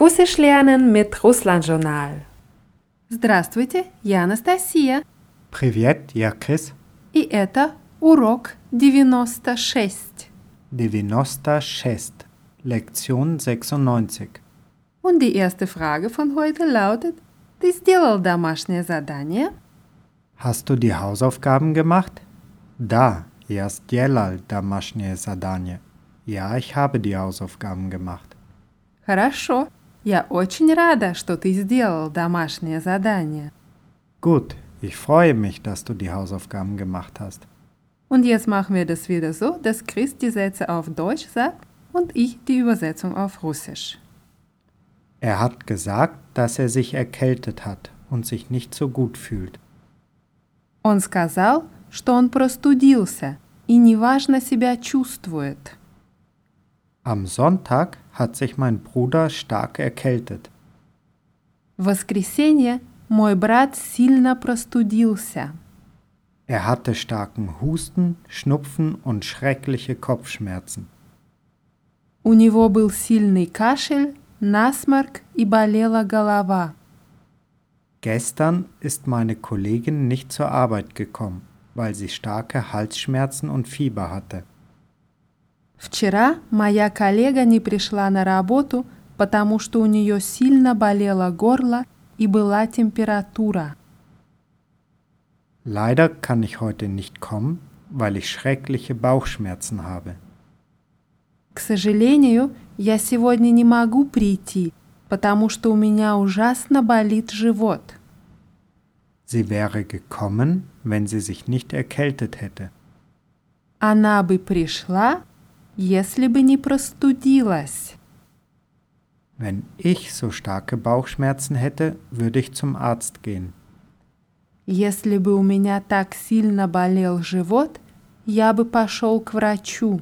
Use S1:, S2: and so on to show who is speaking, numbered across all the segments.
S1: Russisch lernen mit Russland Journal.
S2: Здравствуйте, я Анастасия,
S3: Привет, я Крис.
S2: и это урок 96.
S3: 96. Lektion 96.
S2: Und die erste Frage von heute lautet, ты сделал домашнее задание?
S3: Hast du die Hausaufgaben gemacht? Da, я сделал домашнее задание. Ja, ich habe die Hausaufgaben gemacht.
S2: Хорошо, я очень рада, что ты сделал домашнее задание.
S3: Gut, ich freue mich, dass du die Hausaufgaben gemacht hast.
S2: Und jetzt machen wir das wieder so, dass Chris die Sätze auf Deutsch sagt und ich die Übersetzung auf Russisch.
S3: Er hat gesagt, dass er sich erkältet hat und sich nicht so gut fühlt.
S2: Он сказал, что он простудился и неважно себя чувствует.
S3: Am Sonntag hat sich mein Bruder stark erkältet.
S2: В воскресенье мой брат сильно простудился.
S3: Er hatte starken Husten, Schnupfen und schreckliche Kopfschmerzen.
S2: У него был сильный кашель, насморк и болела голова.
S3: Gestern ist meine Kollegin nicht zur Arbeit gekommen, weil sie starke Halsschmerzen und Fieber hatte.
S2: Вчера моя коллега не пришла на работу, потому что у нее сильно болело горло и была температура.
S3: Leider kann ich heute nicht kommen, weil ich schreckliche Bauchschmerzen habe.
S2: К сожалению, я сегодня не могу прийти, потому что у меня ужасно болит живот.
S3: Sie wäre gekommen, wenn sie sich nicht erkältet hätte.
S2: Она бы пришла, если бы не простудилась.
S3: Wenn ich so starke Bauchschmerzen hätte, würde ich zum Arzt gehen.
S2: Если бы у меня так сильно болел живот, я бы пошел к врачу.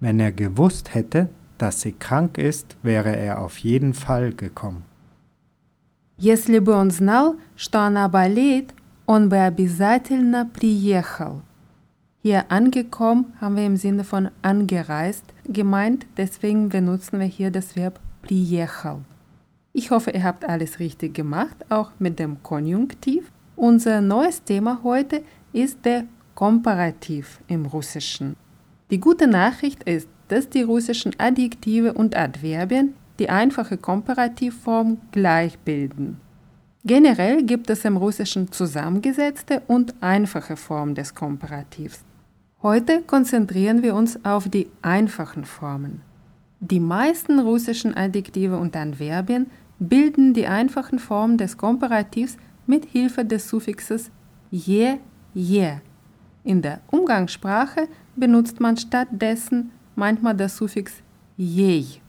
S3: Wenn er gewusst hätte, dass sie krank ist, wäre er auf jeden Fall gekommen.
S2: Если бы он знал, что она болеет, он бы обязательно приехал. Hier angekommen haben wir im Sinne von angereist gemeint, deswegen benutzen wir hier das Verb приехал. Ich hoffe, ihr habt alles richtig gemacht, auch mit dem Konjunktiv. Unser neues Thema heute ist der Komparativ im Russischen. Die gute Nachricht ist, dass die russischen Adjektive und Adverbien die einfache Komparativform gleich bilden. Generell gibt es im Russischen zusammengesetzte und einfache Formen des Komparativs. Heute konzentrieren wir uns auf die einfachen Formen. Die meisten russischen Adjektive und Adverbien bilden die einfachen Formen des Komparativs mit Hilfe des Suffixes je, je. In der Umgangssprache benutzt man stattdessen manchmal das Suffix jej.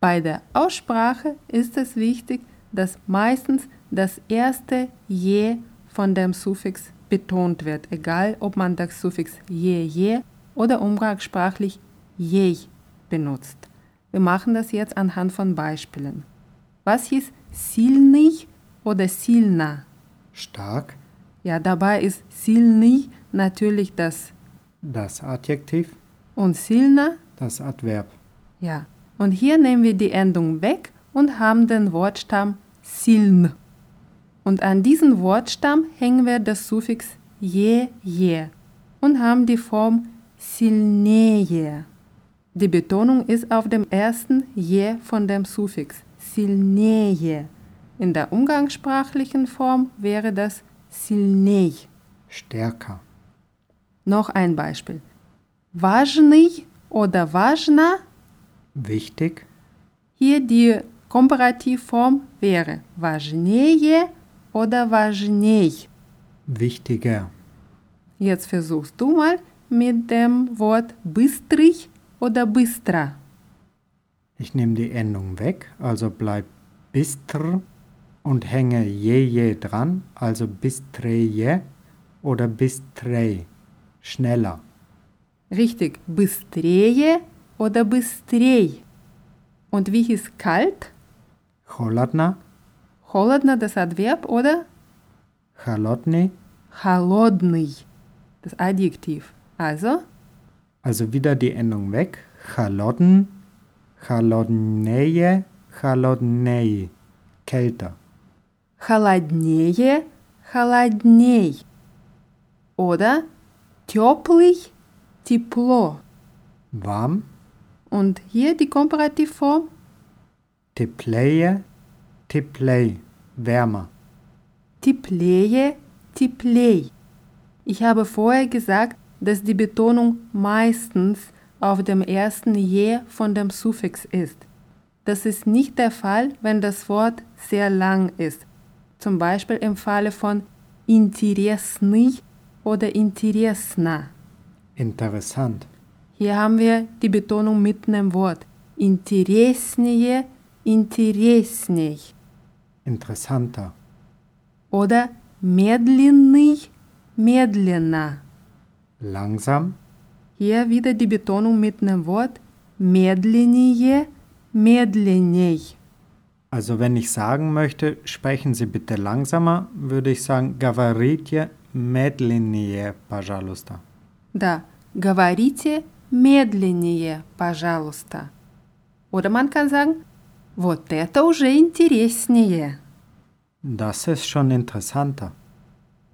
S2: Bei der Aussprache ist es wichtig, dass meistens das erste je von dem Suffix betont wird, egal ob man das Suffix je je oder umgangssprachlich jej benutzt. Wir machen das jetzt anhand von Beispielen. Was hieß silnig oder silna?
S3: Stark,
S2: Ja, dabei ist silnig natürlich das
S3: das Adjektiv,
S2: und silna
S3: das Adverb.
S2: Ja, und hier nehmen wir die Endung weg und haben den Wortstamm siln. Und an diesen Wortstamm hängen wir das Suffix je je und haben die Form silneye. Die Betonung ist auf dem ersten je von dem Suffix silneye. In der umgangssprachlichen Form wäre das silnej.
S3: Stärker,
S2: Noch ein Beispiel. Важный oder важна
S3: wichtig,
S2: Hier die Komparativform wäre важнее oder важней.
S3: wichtiger,
S2: Jetzt versuchst du mal mit dem Wort быстрый oder быстро.
S3: Ich nehme die Endung weg, also bleibt bistr und hänge je je dran, also bistreje oder bistrei, schneller.
S2: Richtig, быстрее oder быстрей. Und wie hieß kalt?
S3: Cholatna,
S2: Холодно das Adverb oder
S3: chalotny,
S2: холодный das Adjektiv. Also
S3: also wieder die Endung weg, chalotten, Холоднее, холодней. Kälter.
S2: Холоднее, холодней. Oder теплый, тепло.
S3: Warm.
S2: Und hier die Komparativform
S3: Tepleye, tepley. Wärmer.
S2: теплее, теплей. Ich habe vorher gesagt, dass die Betonung meistens auf dem ersten je von dem Suffix ist. Das ist nicht der Fall, wenn das Wort sehr lang ist. Zum Beispiel im Falle von интересный oder интересна.
S3: Interessant.
S2: Hier haben wir die Betonung mitten im Wort. Интереснее, интересней.
S3: Interessanter.
S2: Oder медленный, медленно.
S3: Langsam.
S2: Hier wieder die Betonung mit einem Wort медленнее, медленней.
S3: Also wenn ich sagen möchte, sprechen Sie bitte langsamer, würde ich sagen, говорите медленнее, пожалуйста.
S2: Да, говорите медленнее, пожалуйста. Oder man kann sagen, вот это уже интереснее.
S3: Das ist schon interessanter.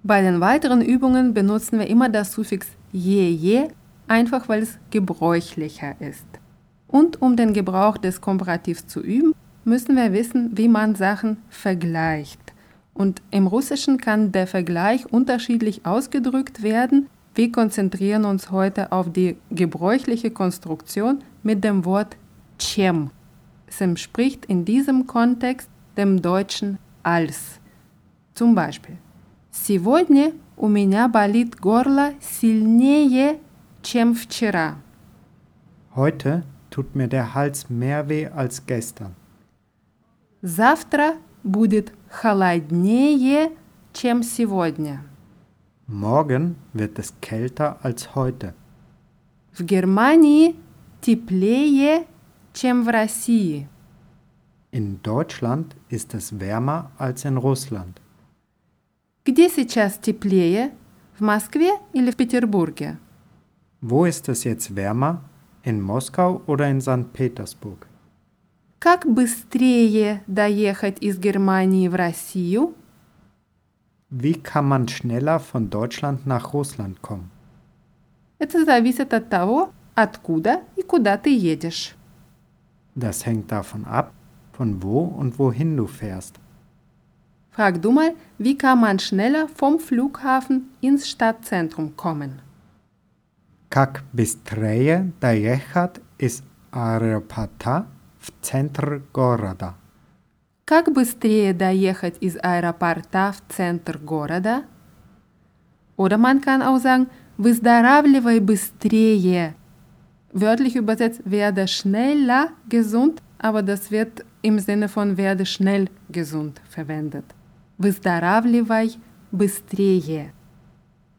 S2: Bei den weiteren Übungen benutzen wir immer das Suffix je je, einfach weil es gebräuchlicher ist. Und um den Gebrauch des Komparativs zu üben, müssen wir wissen, wie man Sachen vergleicht. Und im Russischen kann der Vergleich unterschiedlich ausgedrückt werden. Wir konzentrieren uns heute auf die gebräuchliche Konstruktion mit dem Wort чем. Es entspricht in diesem Kontext dem deutschen als. Zum Beispiel. Сегодня у меня болит горло сильнее, чем вчера.
S3: Heute tut mir der Hals mehr weh als gestern.
S2: Завтра будет холоднее, чем сегодня.
S3: Morgen wird es kälter als heute.
S2: В Германии теплее, чем в России.
S3: In Deutschland ist es wärmer als in Russland.
S2: Где сейчас теплее? В Москве или в Петербурге?
S3: Wo ist es jetzt wärmer? In Moskau oder in St. Petersburg?
S2: Как быстрее доехать из Германии в Россию?
S3: Wie kann man schneller von Deutschland nach Russland kommen?
S2: Это зависит от того, откуда и куда ты едешь.
S3: Das hängt davon ab, von wo und wohin du fährst.
S2: Frag du mal, wie kann man schneller vom Flughafen ins Stadtzentrum kommen?
S3: Как быстрее доехать из аэропорта в центр города?
S2: Как быстрее доехать из аэропорта в центр города? Oder man kann auch sagen, выздоравливай быстрее. Wörtlich übersetzt, werde schneller gesund, aber das wird im Sinne von werde schnell gesund verwendet. Выздоравливай быстрее.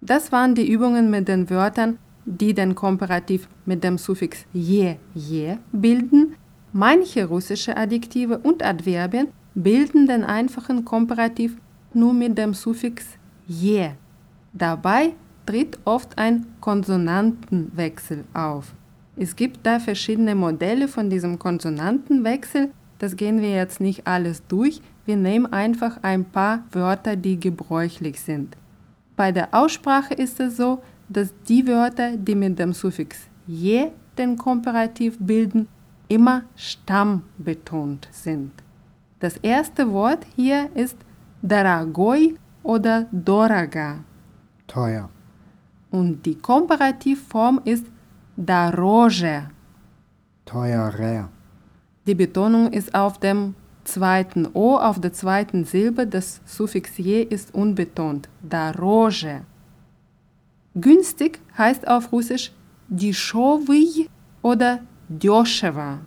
S2: Das waren die Übungen mit den Wörtern, die den Komparativ mit dem Suffix je, je bilden. Manche russische Adjektive und Adverbien bilden den einfachen Komparativ nur mit dem Suffix je. Dabei tritt oft ein Konsonantenwechsel auf. Es gibt da verschiedene Modelle von diesem Konsonantenwechsel. Das gehen wir jetzt nicht alles durch. Wir nehmen einfach ein paar Wörter, die gebräuchlich sind. Bei der Aussprache ist es so, dass die Wörter, die mit dem Suffix je den Komparativ bilden, immer stammbetont sind. Das erste Wort hier ist дорогой oder дорого
S3: Teuer.
S2: und die Komparativform ist дороже.
S3: Teurer.
S2: Die Betonung ist auf dem zweiten O, auf der zweiten Silbe. Das Suffix je ist unbetont. Дороже. Günstig heißt auf Russisch дешевый oder дешево.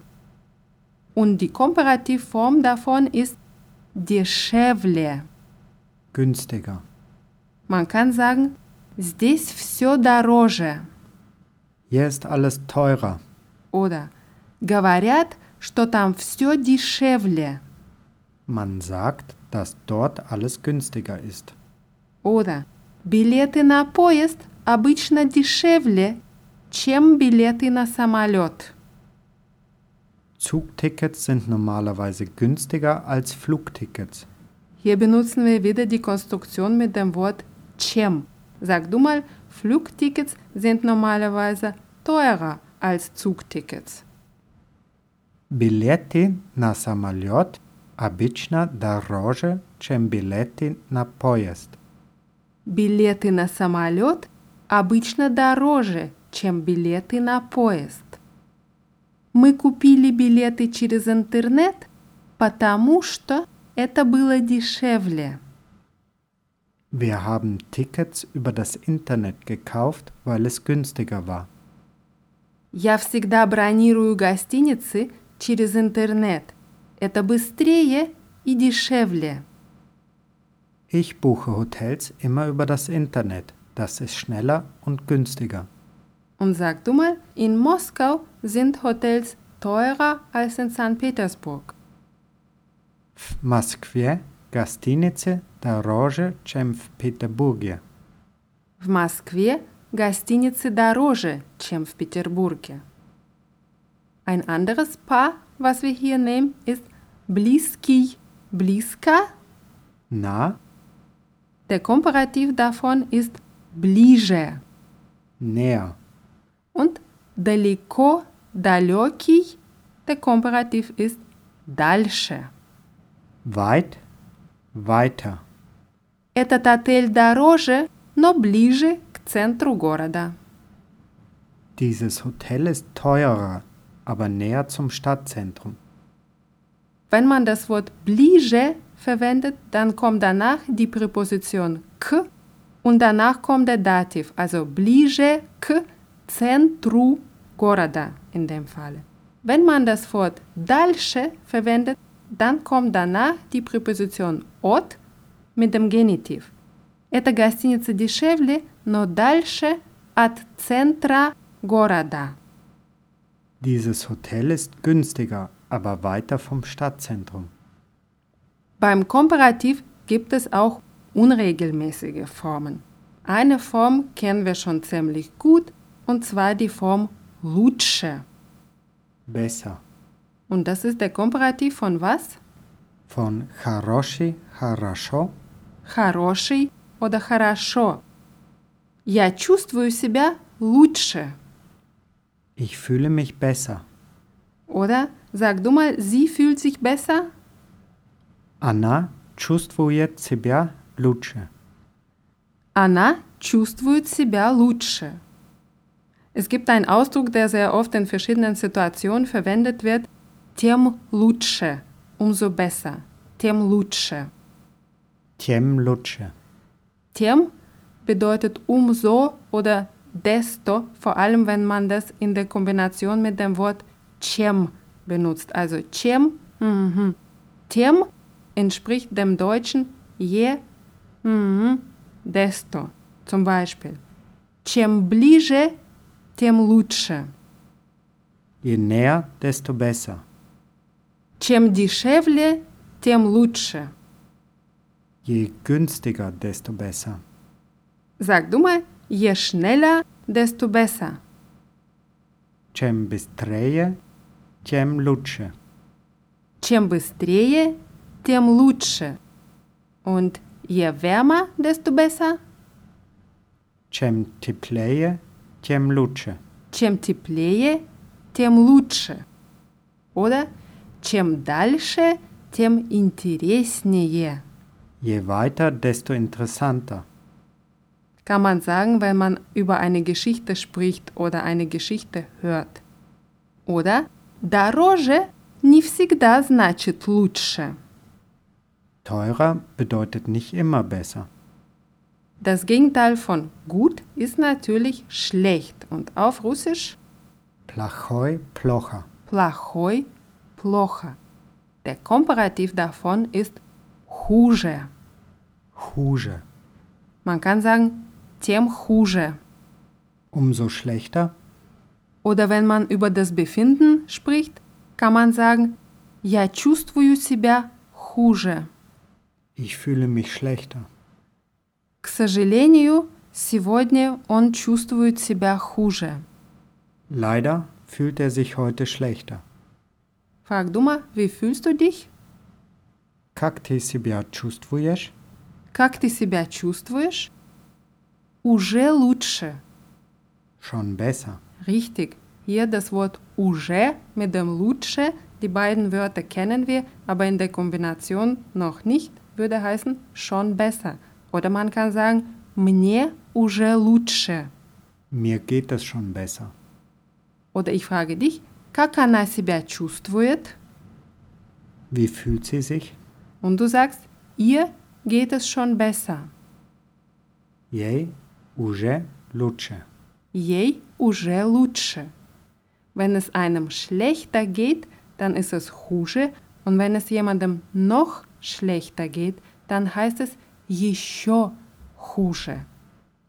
S2: Und die Komparativform davon ist дешевле.
S3: Günstiger.
S2: Man kann sagen, здесь все дороже.
S3: Hier ist alles teurer.
S2: Oder говорят, что там все дешевле.
S3: Man sagt, dass dort alles günstiger ist.
S2: Oder билеты на поезд обычно дешевле, чем билеты на самолет.
S3: Zugtickets sind normalerweise günstiger als Flugtickets.
S2: Hier benutzen wir wieder die Konstruktion mit dem Wort чем. Sag du mal, Flugtickets sind normalerweise teurer als Zugtickets.
S3: Bileti na samolot obično дороже, чем билети на поезд.
S2: Билеты на самолет обычно дороже, чем билеты на поезд. Мы купили билеты через интернет, потому что это было дешевле.
S3: Wir haben Tickets über das Internet gekauft, weil es günstiger war.
S2: Я всегда бронирую гостиницы через интернет. Это быстрее и дешевле.
S3: Ich buche Hotels immer über das Internet. Das ist schneller und günstiger.
S2: Und sag du mal, in Moskau sind Hotels teurer als in Sankt Petersburg.
S3: В Москве гостиницы дороже, чем в Петербурге.
S2: В Москве гостиницы дороже, чем в Петербурге. Ein anderes Paar, was wir hier nehmen, ist близкий, близко.
S3: Na,
S2: Der Komparativ davon ist ближе.
S3: näher.
S2: Und далеко, далекий. Der Komparativ ist дальше.
S3: Weit, weiter.
S2: Этот отель дороже, но ближе к центру города.
S3: Dieses Hotel ist teurer, aber näher zum Stadtzentrum.
S2: Wenn man das Wort ближе verwendet, dann kommt danach die Präposition к und danach kommt der Dativ, also ближе к центру города in dem Falle. Wenn man das Wort дальше verwendet, dann kommt danach die Präposition от mit dem Genitiv. Это гостиница дешевле, но дальше от центра города.
S3: Dieses Hotel ist günstiger, aber weiter vom Stadtzentrum.
S2: Beim Komparativ gibt es auch unregelmäßige Formen. Eine Form kennen wir schon ziemlich gut, und zwar die Form лучше.
S3: Besser.
S2: Und das ist der Komparativ von was?
S3: Von Haroshi Harasho
S2: Хороший oder хорошо. Я чувствую себя лучше.
S3: Ich fühle mich besser.
S2: Oder sag du mal, sie fühlt sich besser?
S3: Anna чувствует себя лучше.
S2: Она чувствует себя лучше. Es gibt einen Ausdruck, der sehr oft in verschiedenen Situationen verwendet wird. Тем лучше. Umso besser. Тем лучше.
S3: Тем лучше.
S2: Тем bedeutet umso oder desto, vor allem wenn man das in der Kombination mit dem Wort чем benutzt. Also чем, mhm. тем entspricht dem Deutschen je, mhm, desto. Zum Beispiel, чем ближе, тем лучше.
S3: Je näher, desto besser.
S2: Чем дешевле, тем лучше.
S3: Je günstiger, desto besser.
S2: Sag du mal, je schneller, desto besser.
S3: Чем быстрее, тем лучше.
S2: Чем быстрее, тем лучше. Und je wärmer, desto besser.
S3: Чем теплее, тем лучше.
S2: Чем теплее, тем лучше. Oder чем дальше, тем интереснее.
S3: Je weiter, desto interessanter.
S2: Kann man sagen, wenn man über eine Geschichte spricht oder eine Geschichte hört. Oder дороже не всегда значит лучше.
S3: Teurer bedeutet nicht immer besser.
S2: Das Gegenteil von gut ist natürlich schlecht und auf Russisch
S3: Plachoi, plocher.
S2: плохой, плохо. Der Komparativ davon ist хуже.
S3: Хуже.
S2: Man kann sagen тем хуже.
S3: Umso schlechter,
S2: Oder wenn man über das Befinden spricht, kann man sagen я чувствую себя хуже.
S3: ich fühle mich schlechter.
S2: К сожалению, сегодня он чувствует себя хуже.
S3: Leider fühlt er sich heute schlechter.
S2: Frag du mal, wie fühlst du dich?
S3: Как ты себя чувствуешь?
S2: Как ты себя чувствуешь? Уже лучше.
S3: Schon besser.
S2: Richtig. Hier das Wort уже mit dem лучше. Die beiden Wörter kennen wir, aber in der Kombination noch nicht, würde heißen schon besser. Oder man kann sagen, мне уже лучше.
S3: Mir geht es schon besser.
S2: Oder ich frage dich, как она себя чувствует?
S3: Wie fühlt sie sich?
S2: Und du sagst, ihr geht es schon besser.
S3: Ей уже лучше.
S2: Ей уже лучше. Wenn es einem schlechter geht, dann ist es хуже. Und wenn es jemandem noch schlechter geht, dann heißt es еще хуже.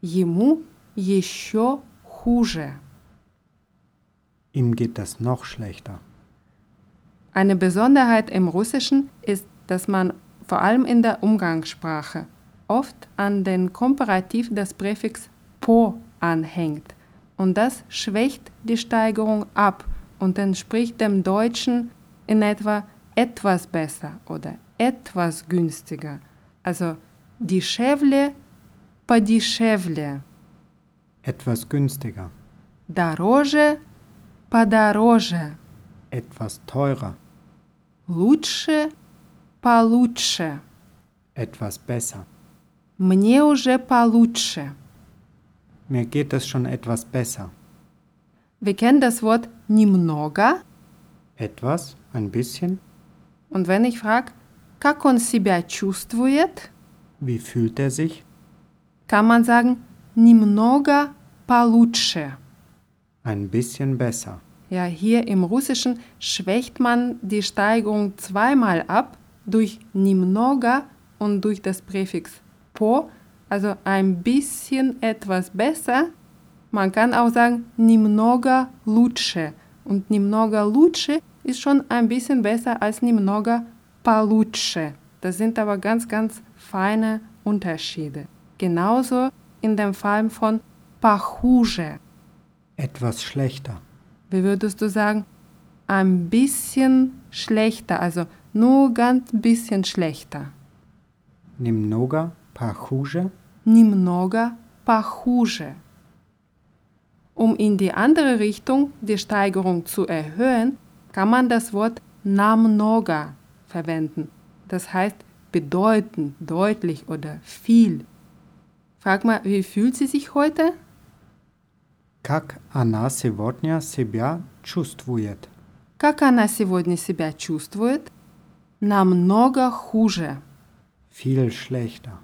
S2: Ему еще хуже.
S3: Ihm geht es noch schlechter.
S2: Eine Besonderheit im Russischen ist, dass man vor allem in der Umgangssprache oft an den Komparativ das Präfix po anhängt. Und das schwächt die Steigerung ab und entspricht dem Deutschen in etwa etwas besser oder etwas günstiger. Also дешевле подешевле,
S3: Etwas günstiger.
S2: дороже подороже,
S3: Etwas teurer.
S2: лучше получше.
S3: Etwas besser.
S2: Мне уже получше.
S3: Mir geht es schon etwas besser.
S2: Wir kennen das Wort немного.
S3: Etwas, ein bisschen.
S2: Und wenn ich frage, как он себя чувствует,
S3: Wie fühlt er sich?
S2: kann man sagen, немного получше.
S3: Ein bisschen besser.
S2: Ja, hier im Russischen schwächt man die Steigerung zweimal ab durch немного und durch das Präfix по, also ein bisschen etwas besser. Man kann auch sagen немного лучше und немного лучше ist schon ein bisschen besser als немного получше. Das sind aber ganz, ganz feine Unterschiede. Genauso in dem Fall von похуже.
S3: Etwas schlechter.
S2: Wie würdest du sagen? Ein bisschen schlechter, also nur ganz bisschen schlechter.
S3: Немного похуже.
S2: Немного похуже. Um in die andere Richtung die Steigerung zu erhöhen, kann man das Wort намного verwenden. Das heißt bedeutend, deutlich oder viel. Frag mal, wie fühlt sie sich heute?
S3: Как она сегодня себя чувствует?
S2: Как она сегодня себя чувствует? Намного хуже.
S3: Viel schlechter.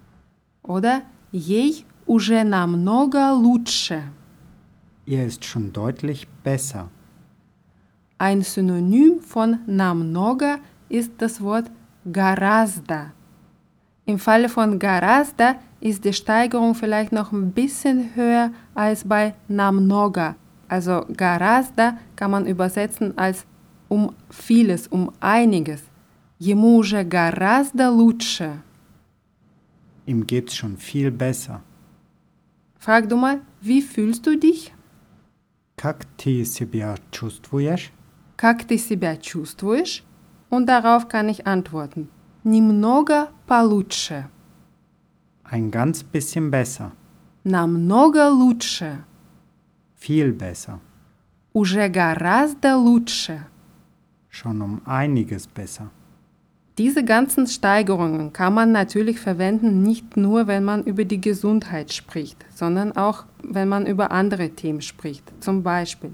S2: Oder ей уже намного лучше.
S3: Ihr ist schon deutlich besser.
S2: Ein Synonym von намного ist das Wort гораздо. Im Falle von гораздо ist die Steigerung vielleicht noch ein bisschen höher als bei намного. Also гораздо kann man übersetzen als um vieles, um einiges. Ему уже гораздо лучше.
S3: Ihm geht's schon viel besser.
S2: Frag du mal, wie fühlst du dich?
S3: Как ты себя чувствуешь?
S2: Как ты себя чувствуешь? Und darauf kann ich antworten. Немного получше.
S3: Ein ganz bisschen besser.
S2: Намного лучше.
S3: Viel besser.
S2: Уже гораздо лучше.
S3: Schon um einiges besser.
S2: Diese ganzen Steigerungen kann man natürlich verwenden, nicht nur wenn man über die Gesundheit spricht, sondern auch wenn man über andere Themen spricht. Zum Beispiel,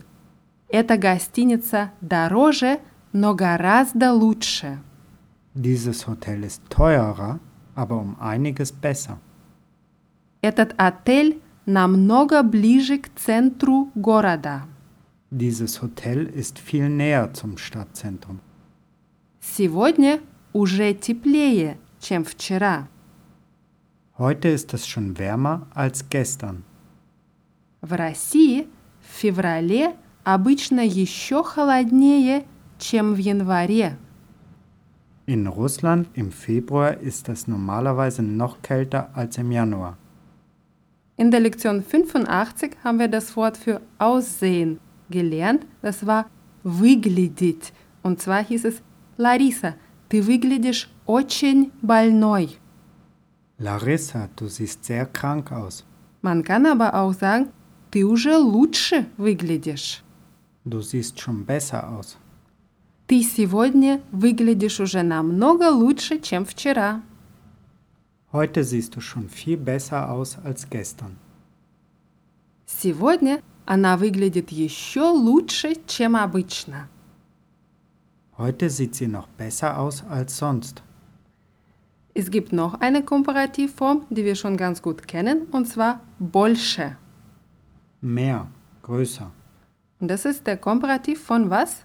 S2: эта гостиница дороже, но гораздо лучше.
S3: Dieses Hotel ist teurer, aber um einiges besser.
S2: Этот отель намного ближе к центру города.
S3: Dieses Hotel ist viel näher zum Stadtzentrum.
S2: Сегодня уже теплее, чем вчера.
S3: Heute ist es schon wärmer als gestern.
S2: В России в феврале обычно еще холоднее, чем в январе.
S3: In Russland im Februar ist es normalerweise noch kälter als im Januar.
S2: In der Lektion 85 haben wir das Wort für aussehen gelernt. Das war выглядеть. Und zwar hieß es, Larissa, ты выглядишь очень больной.
S3: Larissa, du siehst sehr krank aus.
S2: Man kann aber auch sagen, ты уже лучше выглядишь.
S3: Du siehst schon besser aus.
S2: Ты сегодня выглядишь уже намного лучше, чем вчера.
S3: Heute siehst du schon viel besser aus als gestern.
S2: Сегодня она выглядит еще лучше, чем обычно.
S3: Heute sieht sie noch besser aus als sonst.
S2: Es gibt noch eine Komparativform, die wir schon ganz gut kennen, und zwar больше.
S3: Mehr, größer.
S2: Und das ist der Komparativ von was?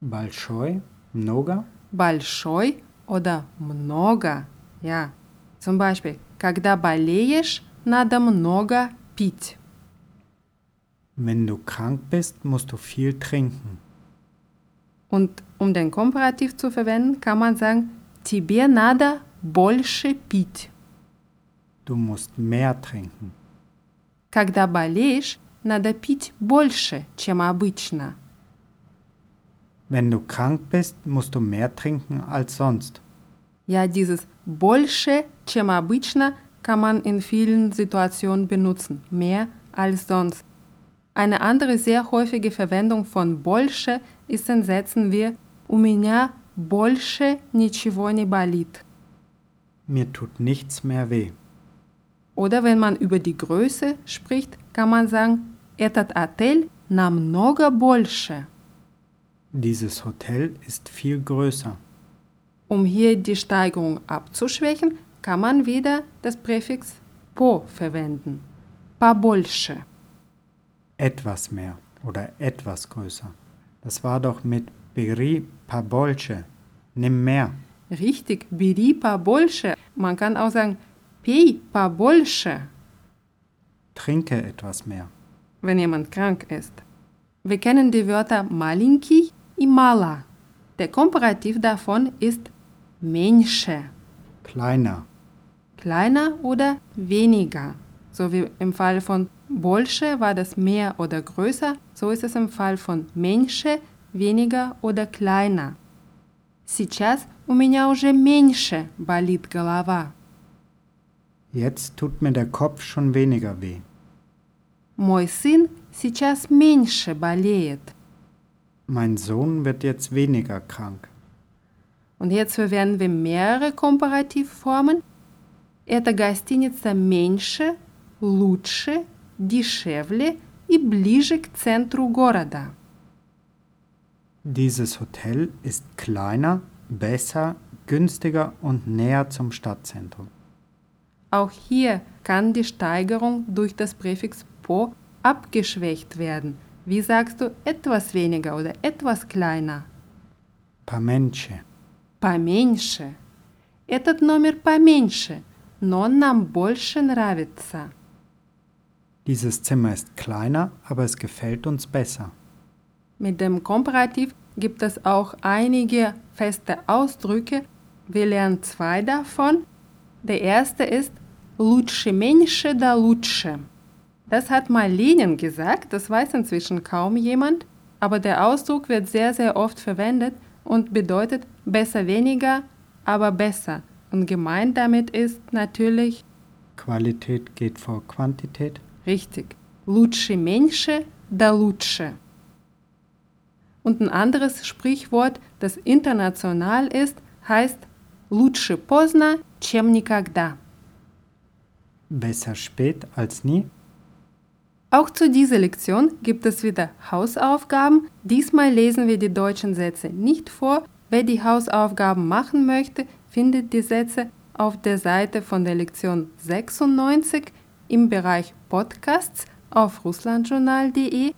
S3: Большой, много.
S2: большой oder много. Ja. Zum Beispiel, когда болеешь, надо много пить.
S3: Wenn du krank bist, musst du viel trinken.
S2: Und um den Komparativ zu verwenden, kann man sagen, тебе надо больше пить.
S3: Du musst mehr trinken.
S2: Когда болеешь, надо пить больше, чем обычно.
S3: Wenn du krank bist, musst du mehr trinken als sonst.
S2: Ja, dieses больше, чем обычно, kann man in vielen Situationen benutzen. Mehr als sonst. Eine andere sehr häufige Verwendung von больше ist in Sätzen wie У меня больше ничего не болит.
S3: Mir tut nichts mehr weh.
S2: Oder wenn man über die Größe spricht, kann man sagen, этот отель намного больше.
S3: Dieses Hotel ist viel größer.
S2: Um hier die Steigerung abzuschwächen, kann man wieder das Präfix po verwenden. Побольше.
S3: Etwas mehr oder etwas größer. Das war doch mit Beri Pabolche. Nimm mehr.
S2: Richtig, бери побольше. Man kann auch sagen, пей побольше,
S3: Trinke etwas mehr.
S2: wenn jemand krank ist. Wir kennen die Wörter маленький и мало. Der Komparativ davon ist меньше,
S3: Kleiner.
S2: kleiner oder weniger. So wie im Fall von больше war das mehr oder größer, so ist es im Fall von меньше, weniger oder kleiner. Сейчас у меня уже меньше болит голова.
S3: Jetzt tut mir der Kopf schon weniger weh.
S2: Мой сын сейчас меньше болеет.
S3: Mein Sohn wird jetzt weniger krank.
S2: Und jetzt verwenden wir mehrere Komparativformen. Это гостиница меньше, лучше, дешевле и ближе к центру города.
S3: Dieses Hotel ist kleiner, besser, günstiger und näher zum Stadtzentrum.
S2: Auch hier kann die Steigerung durch das Präfix po abgeschwächt werden. Wie sagst du etwas weniger oder etwas kleiner?
S3: Pamenche.
S2: Поменьше. Этот номер поменьше, но нам больше нравится.
S3: Dieses Zimmer ist kleiner, aber es gefällt uns besser.
S2: Mit dem Komparativ gibt es auch einige feste Ausdrücke. Wir lernen zwei davon. Der erste ist лучше меньше да лучше. Das hat mal Lenin gesagt, das weiß inzwischen kaum jemand, aber der Ausdruck wird sehr, sehr oft verwendet und bedeutet besser weniger, aber besser. Und gemeint damit ist natürlich
S3: Qualität geht vor Quantität.
S2: Richtig. Лучше меньше, да лучше. Und ein anderes Sprichwort, das international ist, heißt лучше поздно, чем никогда.
S3: Besser spät als nie.
S2: Auch zu dieser Lektion gibt es wieder Hausaufgaben. Diesmal lesen wir die deutschen Sätze nicht vor. Wer die Hausaufgaben machen möchte, findet die Sätze auf der Seite von der Lektion 96 im Bereich Podcasts auf russlandjournal.de.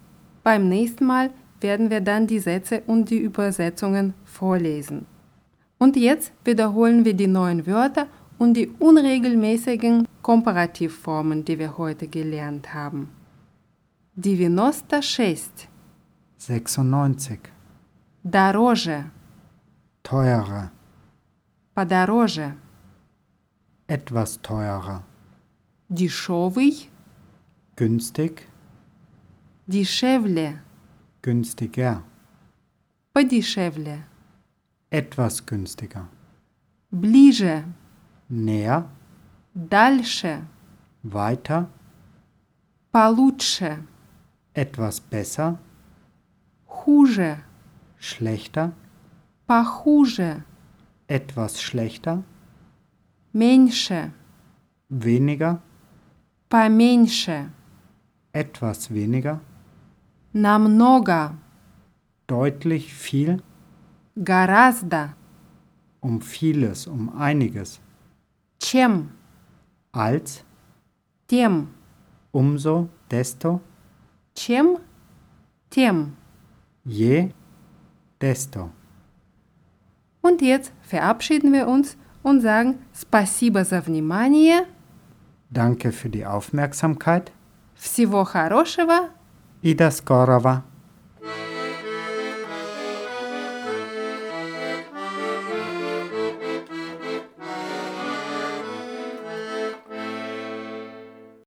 S2: Beim nächsten Mal werden wir dann die Sätze und die Übersetzungen vorlesen. Und jetzt wiederholen wir die neuen Wörter und die unregelmäßigen Komparativformen, die wir heute gelernt haben. 96.
S3: 96.
S2: Дороже.
S3: Teurer.
S2: Подороже.
S3: Etwas teurer.
S2: Дешевый.
S3: Günstig.
S2: Дешевле.
S3: Günstiger.
S2: Подешевле.
S3: Etwas günstiger.
S2: Ближе.
S3: Näher,
S2: Дальше.
S3: weiter,
S2: Получше.
S3: etwas besser,
S2: Хуже.
S3: schlechter,
S2: Похуже.
S3: etwas schlechter,
S2: Меньше.
S3: weniger,
S2: Поменьше.
S3: etwas weniger,
S2: Намного.
S3: deutlich viel,
S2: Гораздо.
S3: um vieles, um einiges,
S2: Чем.
S3: als,
S2: Тем.
S3: umso, desto,
S2: Чем. Тем.
S3: je, desto.
S2: Und jetzt verabschieden wir uns und sagen Спасибо за внимание.
S3: Danke für die Aufmerksamkeit.
S2: Всего хорошего.
S3: Ida Skorova.